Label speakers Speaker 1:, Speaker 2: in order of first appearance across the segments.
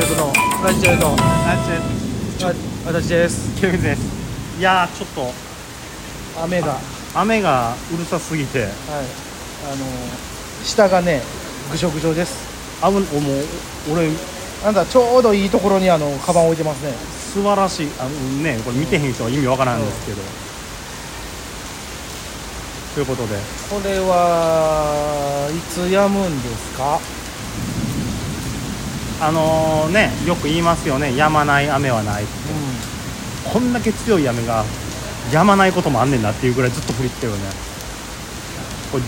Speaker 1: ランチェルの
Speaker 2: あちょ
Speaker 1: 私です
Speaker 2: キムですいやーちょっと
Speaker 1: 雨がはい
Speaker 2: 雨がうるさすぎて
Speaker 1: あの下がねぐしょぐしょです
Speaker 2: あぶもう俺
Speaker 1: あんたちょうどいいところにあのカバン置いてますね
Speaker 2: 素晴らしいあのねこれ見てへん人は意味わからんですけど、ということで
Speaker 1: これはいつ止むんですか
Speaker 2: あのーねよく言いますよね止まない雨はない
Speaker 1: うん
Speaker 2: こんだけ強い雨が止まないこともあんねんなっていうぐらいずっと降りてたよねこれ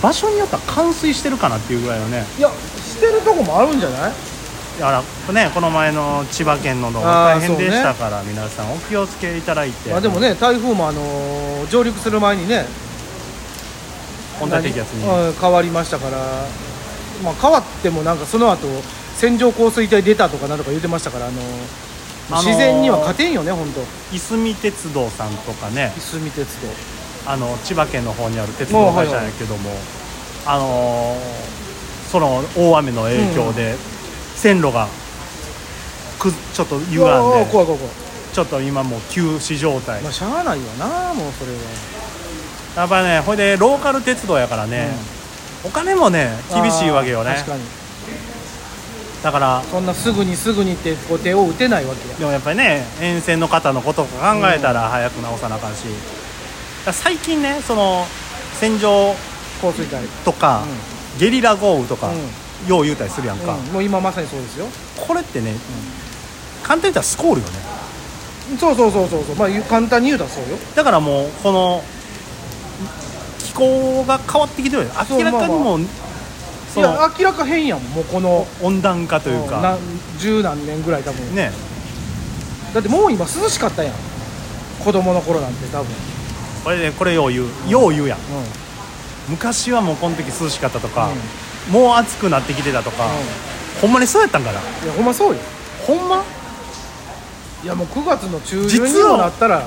Speaker 2: 場所によっては冠水してるかなっていうぐらいのね
Speaker 1: いやしてるとこもあるんじゃない
Speaker 2: だからねこの前の千葉県のの
Speaker 1: あー
Speaker 2: 大変でしたから、皆さんお気をつけいただいて
Speaker 1: まあでもね台風もあのー上陸する前にね
Speaker 2: 温帯低気圧に
Speaker 1: 何うん変わりましたからまあ変わってもなんかその後線状降水帯出たとかなんとか言ってましたからあのー
Speaker 2: あのー
Speaker 1: 自然には勝てんよね本当
Speaker 2: いすみ鉄道さんとかね
Speaker 1: いすみ鉄道
Speaker 2: あの千葉県の方にある鉄道会社やけども、あのーその大雨の影響で線路がくちょっと歪
Speaker 1: う
Speaker 2: ん
Speaker 1: わー
Speaker 2: で
Speaker 1: 怖い怖い怖い
Speaker 2: ちょっと今もう休止状態
Speaker 1: まあしゃあないよなもうそれは
Speaker 2: やっぱねほいでローカル鉄道やからね、お金もね厳しいわけよ
Speaker 1: あ
Speaker 2: ね
Speaker 1: ー確かに
Speaker 2: だから
Speaker 1: そんなすぐにすぐにってこう手を打てないわけや
Speaker 2: でもやっぱりね沿線の方のことを考えたら早く直さなあかんし、だから最近ねその戦場
Speaker 1: 降水帯
Speaker 2: とか、ゲリラ豪雨とか、よう言うたりするやん
Speaker 1: うん
Speaker 2: か、
Speaker 1: うんもう今まさにそうですよ
Speaker 2: これってね、簡単に言ったらスコールよね
Speaker 1: そうそうそうそうそうまあゆ簡単に言うたらそうよ
Speaker 2: だからもうこの気候が変わってきてるよね
Speaker 1: そう
Speaker 2: 明らかにもう
Speaker 1: い
Speaker 2: その
Speaker 1: や明らか変やんもうこの
Speaker 2: 温暖化というか
Speaker 1: な十何年ぐらい多分
Speaker 2: ね
Speaker 1: だってもう今涼しかったやん子供の頃なんて多分
Speaker 2: これねこれよう言う、よう言うやん
Speaker 1: うん
Speaker 2: 昔はもうこの時涼しかったとか
Speaker 1: うん、
Speaker 2: もう暑くなってきてたとか、
Speaker 1: う
Speaker 2: ほんまにそうやったんかなん
Speaker 1: いやほんまそうよ
Speaker 2: ほんま
Speaker 1: いやもう9月の中旬にもなったら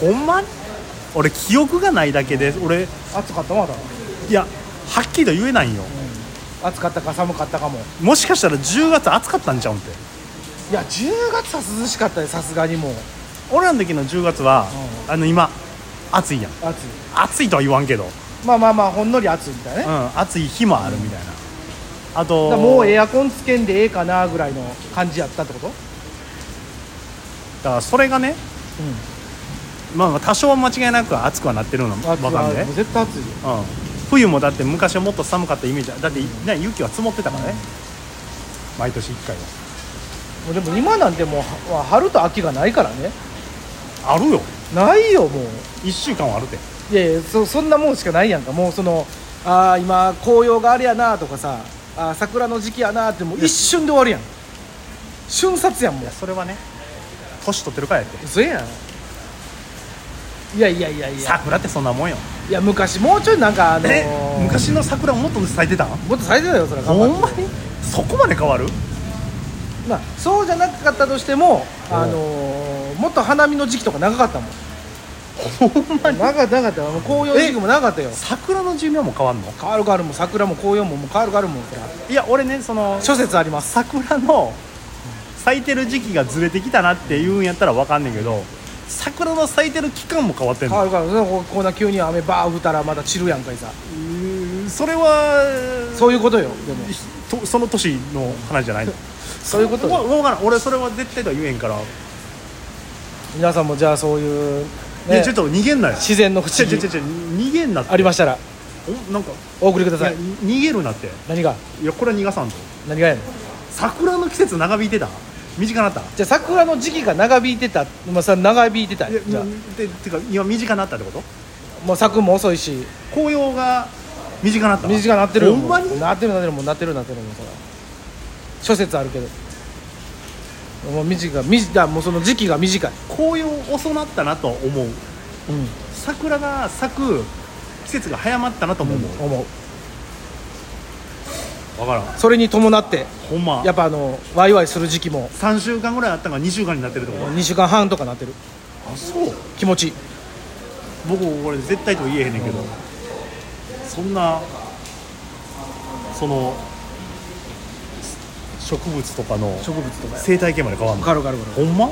Speaker 2: ほんま俺記憶がないだけで俺
Speaker 1: 暑かったわだ、
Speaker 2: いやはっきりと言えないんよ
Speaker 1: 暑かったか寒かったかも
Speaker 2: もしかしたら10月暑かったんちゃうんって
Speaker 1: いや10月は涼しかったでさすがにもう
Speaker 2: 俺らの時の10月は、あの今暑いやん
Speaker 1: 暑い
Speaker 2: 暑いとは言わんけど、
Speaker 1: まあまあまあほんのり暑いみたいなね
Speaker 2: う、ん、暑い日もあるみたいな、あ
Speaker 1: だ
Speaker 2: と
Speaker 1: からもうエアコンつけんでええかなぐらいの感じやったってこと
Speaker 2: だからそれがね、まあまあ多少は間違いなく暑くはなってるのわ
Speaker 1: 暑い
Speaker 2: かんで、
Speaker 1: もう絶対暑いよ
Speaker 2: うん、冬もだって昔はもっと寒かったイメージあだって、ね、雪は積もってたからね、毎年1回
Speaker 1: もうでも今なんてもうは春と秋がないからね
Speaker 2: はあるよ
Speaker 1: ないよもう
Speaker 2: 1週間はあるて
Speaker 1: いやいやそそんなもんしかないやんかもうそのああ今紅葉があれやなとかさあー桜の時期やなってもう一瞬で終わるやん瞬殺やんも
Speaker 2: いうやそれはね年取ってるからやって
Speaker 1: 嘘やんいやいやいやいや
Speaker 2: 桜ってそんなもんよ
Speaker 1: いや昔もうちょいなんかあのー
Speaker 2: え昔の桜もっと咲いてたん
Speaker 1: もっと咲いてたよそれは
Speaker 2: ほんまにそこまで変わる
Speaker 1: まあ、そうじゃなかったとしても、あのーもっと花見の時期とか長かったもん
Speaker 2: ほんまに
Speaker 1: 長かった長かったもう紅葉時期も長かったよ
Speaker 2: 桜の寿命も変わんの
Speaker 1: 変わる変わるもん桜も紅葉ももう変わる変わるもんそら
Speaker 2: いや俺ねその
Speaker 1: 諸説あります
Speaker 2: 桜の咲いてる時期がずれてきたなっていうんやったらわかんねんけど桜の咲いてる期間も変わってん
Speaker 1: 変わ
Speaker 2: の
Speaker 1: る変わるそんなここんな急に雨バー降ったらまた散るやんかいさ
Speaker 2: うーんそれは
Speaker 1: そういうことよでも
Speaker 2: ひとその年の話じゃないの
Speaker 1: そういうこと
Speaker 2: わわからん俺それは絶対とは言えんから、
Speaker 1: 皆さんもじゃあそういう、
Speaker 2: い
Speaker 1: ね
Speaker 2: やちょっと逃げんなよ
Speaker 1: 自然の不
Speaker 2: ちょ
Speaker 1: 思
Speaker 2: ち
Speaker 1: 議
Speaker 2: ょちょちょ逃げんなって
Speaker 1: ありましたら
Speaker 2: おなんか
Speaker 1: お送りくだ
Speaker 2: いや
Speaker 1: さい
Speaker 2: 逃げるなって
Speaker 1: 何が
Speaker 2: いやこれは逃がさんと
Speaker 1: 何がやねん
Speaker 2: 桜の季節長引いてた短なった
Speaker 1: じゃあ桜の時期が長引いてた、まあ、さ長引いてた
Speaker 2: いや
Speaker 1: じゃあ
Speaker 2: でてか今短なったってこと
Speaker 1: もう咲くも遅いし
Speaker 2: 紅葉が短なった
Speaker 1: 水が鳴ってるよ
Speaker 2: ほんまに
Speaker 1: もう鳴ってる鳴ってるもう鳴ってる鳴ってるもうそら諸説あるけどもう短い短いもうその時期が短い、
Speaker 2: 紅葉遅なったなと思う
Speaker 1: うん、
Speaker 2: 桜が咲く季節が早まったなとも思う、わ
Speaker 1: 思う
Speaker 2: からん
Speaker 1: それに伴って
Speaker 2: ほんま
Speaker 1: やっぱあのワイワイする時期も
Speaker 2: 3週間ぐらいあったのが2週間になってるってこと
Speaker 1: 2週間半とかなってる
Speaker 2: あそう
Speaker 1: 気持ちいい
Speaker 2: 僕これ絶対とは言えへんねんけど、そんなそのし植物とかの
Speaker 1: 植物とか
Speaker 2: 生態系まで変わんの
Speaker 1: ガロガロガロ
Speaker 2: ほんま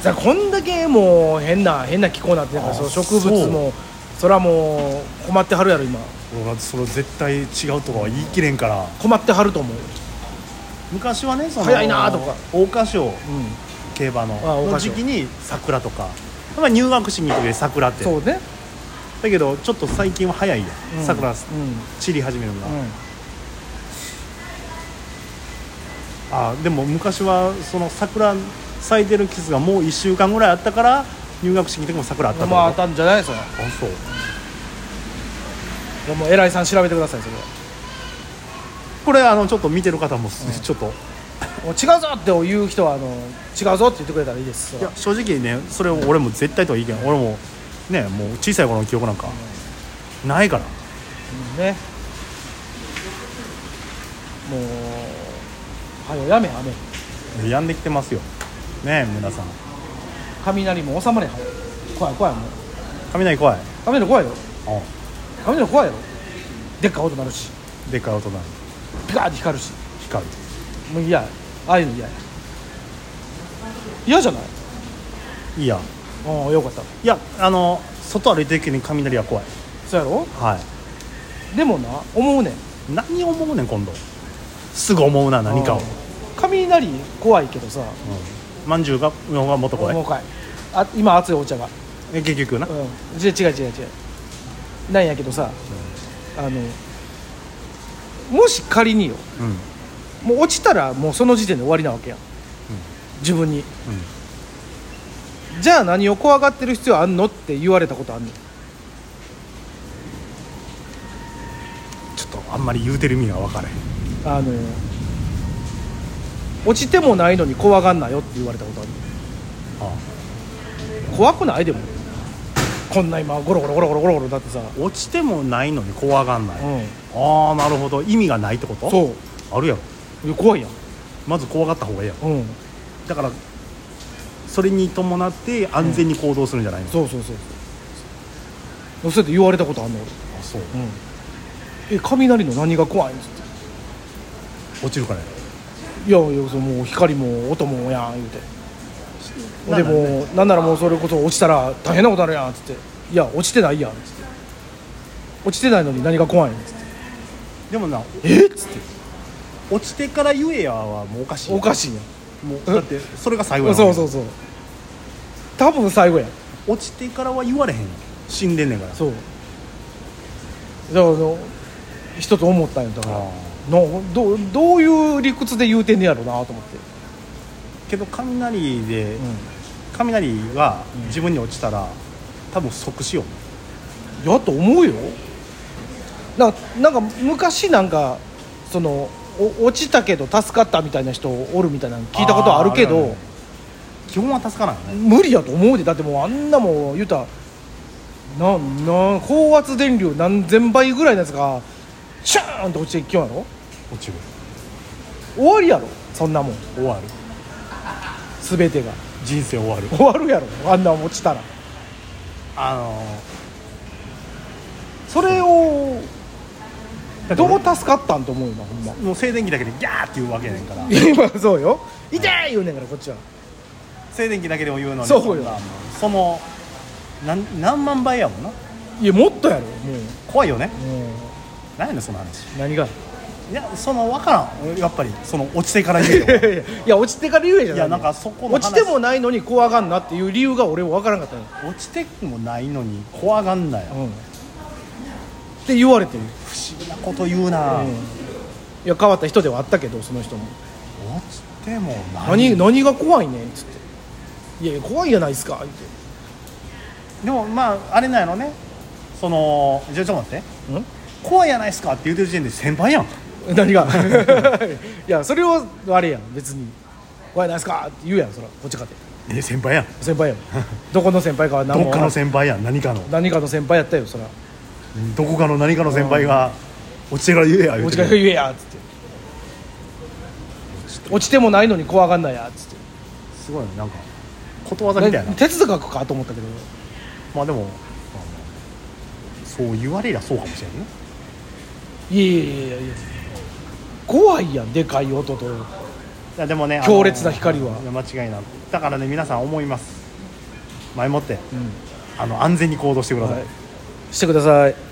Speaker 1: じゃあこんだけもう変な変な気候になってんから
Speaker 2: あ
Speaker 1: その植物もそれはもう困ってはるやろ今
Speaker 2: 俺はそれ絶対違うとかは言い切れんから
Speaker 1: 困ってはると思う、
Speaker 2: 昔はねその
Speaker 1: 早いなとか
Speaker 2: 桜花賞
Speaker 1: うん、
Speaker 2: 競馬の
Speaker 1: あ桜
Speaker 2: の
Speaker 1: 花賞
Speaker 2: 時期に桜とかまあ入学式に行く時に桜って
Speaker 1: そうね、
Speaker 2: だけどちょっと最近は早いや、
Speaker 1: うん
Speaker 2: ん、桜
Speaker 1: うんう
Speaker 2: 散り始めるのが、
Speaker 1: ん
Speaker 2: あでも昔はその桜咲いてる季節がもう1週間ぐらいあったから入学式の時も桜あったってこと
Speaker 1: まああたんじゃないそれ
Speaker 2: あそう
Speaker 1: いやもう偉いさん調べてくださいそれは
Speaker 2: これあのちょっと見てる方も、ちょっと
Speaker 1: もう違うぞって言う人はあの違うぞって言ってくれたらいいですそ
Speaker 2: い
Speaker 1: れ
Speaker 2: や
Speaker 1: は
Speaker 2: 正直ねそれを俺も絶対とは言いけん俺もねもう小さい頃の記憶なんかないから
Speaker 1: うんねもうはよやめ雨
Speaker 2: 病んできてますよね皆さん
Speaker 1: 雷も収まれへん怖い怖いもう
Speaker 2: 雷怖い
Speaker 1: 雷怖いよ
Speaker 2: う
Speaker 1: 雷怖いよでっかい音鳴るし
Speaker 2: んでっかい音なの
Speaker 1: ピカーって光るし
Speaker 2: 光る
Speaker 1: もう嫌やああいうの嫌や嫌じゃない
Speaker 2: いいや
Speaker 1: うんよかった
Speaker 2: いやあの外歩いてる時に雷は怖い
Speaker 1: そうやろ
Speaker 2: はい
Speaker 1: でもな思うねん
Speaker 2: 何を思うねん今度すぐ思うな何かを、
Speaker 1: う
Speaker 2: うん
Speaker 1: 雷怖いけどさ
Speaker 2: ん、まんじゅうがの方がもっと怖
Speaker 1: も
Speaker 2: いう
Speaker 1: かいあ今熱いお茶が
Speaker 2: え結局な、
Speaker 1: うんじゃ違う違う違うなんやけどさ、あのもし仮によ
Speaker 2: うん
Speaker 1: もう落ちたらもうその時点で終わりなわけやん、自分に、じゃあ何を怖がってる必要あんのって言われたことあんの
Speaker 2: ちょっとあんまり言うてる意味が分からへん
Speaker 1: あの落ちてもないのに怖がんなよって言われたことある
Speaker 2: あ
Speaker 1: 怖くないでもこんな今ゴロゴロゴロゴロゴロゴロだってさ、
Speaker 2: あ落ちてもないのに怖がんない、
Speaker 1: うん、
Speaker 2: ああなるほど意味がないってこと
Speaker 1: そ
Speaker 2: あるやろ
Speaker 1: ういや怖いやん、
Speaker 2: まず怖がった方がいいやろ
Speaker 1: うん、
Speaker 2: だからそれに伴って安全に行動するんじゃないの、
Speaker 1: そうそうそうそうそうやって言われたことあんの
Speaker 2: あそう
Speaker 1: 俺、うん、え雷の何が怖いんですって
Speaker 2: 落ちるからや
Speaker 1: いやいやそのもう光も音もやん言うて
Speaker 2: ろ
Speaker 1: でもなんならもうそれこそ落ちたら大変なことあるやんっつって「いや落ちてないやん」っつって「落ちてないのに何が怖いん?」っつって
Speaker 2: でもな
Speaker 1: 「えっ?」つって
Speaker 2: 落ちてから言えやはもうおかしい
Speaker 1: おかしいやん
Speaker 2: もうだってそれが最後や
Speaker 1: そうそう
Speaker 2: う
Speaker 1: そう多分最後やん
Speaker 2: 落ちてからは言われへん死んでんねんから
Speaker 1: そうだからあの人と思ったんやだから
Speaker 2: あ
Speaker 1: のどうどういう理屈で言うてんねやろなと思って、
Speaker 2: けど雷で、
Speaker 1: う
Speaker 2: 雷が
Speaker 1: うん
Speaker 2: 自分に落ちたら、多分即死よ
Speaker 1: ん、やと思うよなんかなんか昔なんかそのお落ちたけど助かったみたいな人おるみたいなの聞いたことはあるけ
Speaker 2: あーあ
Speaker 1: ど、
Speaker 2: るよね基本は助かないよね
Speaker 1: 無理やと思うでだってもうあんなもん言うたらなんなん高圧電流何千倍ぐらいのやつがシャーンと落ちていきようやろ
Speaker 2: 落ちる
Speaker 1: 終わりやろそんなもん
Speaker 2: 終わる
Speaker 1: 全てが
Speaker 2: 人生終わる
Speaker 1: 終わるやろあんなもん落ちたら
Speaker 2: あの
Speaker 1: それを
Speaker 2: だって
Speaker 1: どう
Speaker 2: 俺
Speaker 1: 助かったんと思うよなほんま
Speaker 2: もう静電気だけでギャーって言うわけやねんから
Speaker 1: 今そうよ「痛い!」言うねんからこっちは
Speaker 2: 静電気だけでも言うのに
Speaker 1: そうよ
Speaker 2: んなもうそのなん何万倍やもんない
Speaker 1: やもっとやろも
Speaker 2: 怖いよね
Speaker 1: う、うん、
Speaker 2: 何やねんその話
Speaker 1: 何がい
Speaker 2: いやその分からんやっぱりその落ちてから言
Speaker 1: や
Speaker 2: うよ
Speaker 1: いやいや落ちてから言えじゃない
Speaker 2: いやなんかそこの
Speaker 1: 落
Speaker 2: 話
Speaker 1: ちてもないのに怖がんなっていう理由が俺も分からんかったの
Speaker 2: 落ちてもないのに怖がんなよ
Speaker 1: うんって言われてる、
Speaker 2: 不思議なこと言うな、
Speaker 1: うんいや変わった人ではあったけどその人も
Speaker 2: 落ちてもない
Speaker 1: 何何が怖いねんっつって「いやいや怖いじゃないですか」言って
Speaker 2: でもまああれなんやろねそのじゃあちょっと待って怖いやないっすかって言うてる時点で先輩やん
Speaker 1: ん何 がいやそれをあれやん別に「怖いないですか」って言うやんそらこっちかって
Speaker 2: え先輩やん
Speaker 1: 先輩や んどこの先輩かは何
Speaker 2: どっ
Speaker 1: も
Speaker 2: かの先輩やん何かの
Speaker 1: 何かの先輩やったよそら
Speaker 2: どこかの何かの先輩が落ちてから言えや言
Speaker 1: 落
Speaker 2: う
Speaker 1: ち
Speaker 2: て
Speaker 1: か
Speaker 2: る
Speaker 1: ら言えやっつって落ちてもないのに怖がんなやっつって
Speaker 2: すごいねなんかことわざみたいな
Speaker 1: 哲学かと思ったけど
Speaker 2: まあでもそう言われりゃそうかもしれんね
Speaker 1: いやいやいやいや怖いやんでかい音と
Speaker 2: いやでもねあの
Speaker 1: 強烈な光はい
Speaker 2: や間違いなくだからね皆さん思います前もって
Speaker 1: うん
Speaker 2: あの安全に行動してください
Speaker 1: はいしてください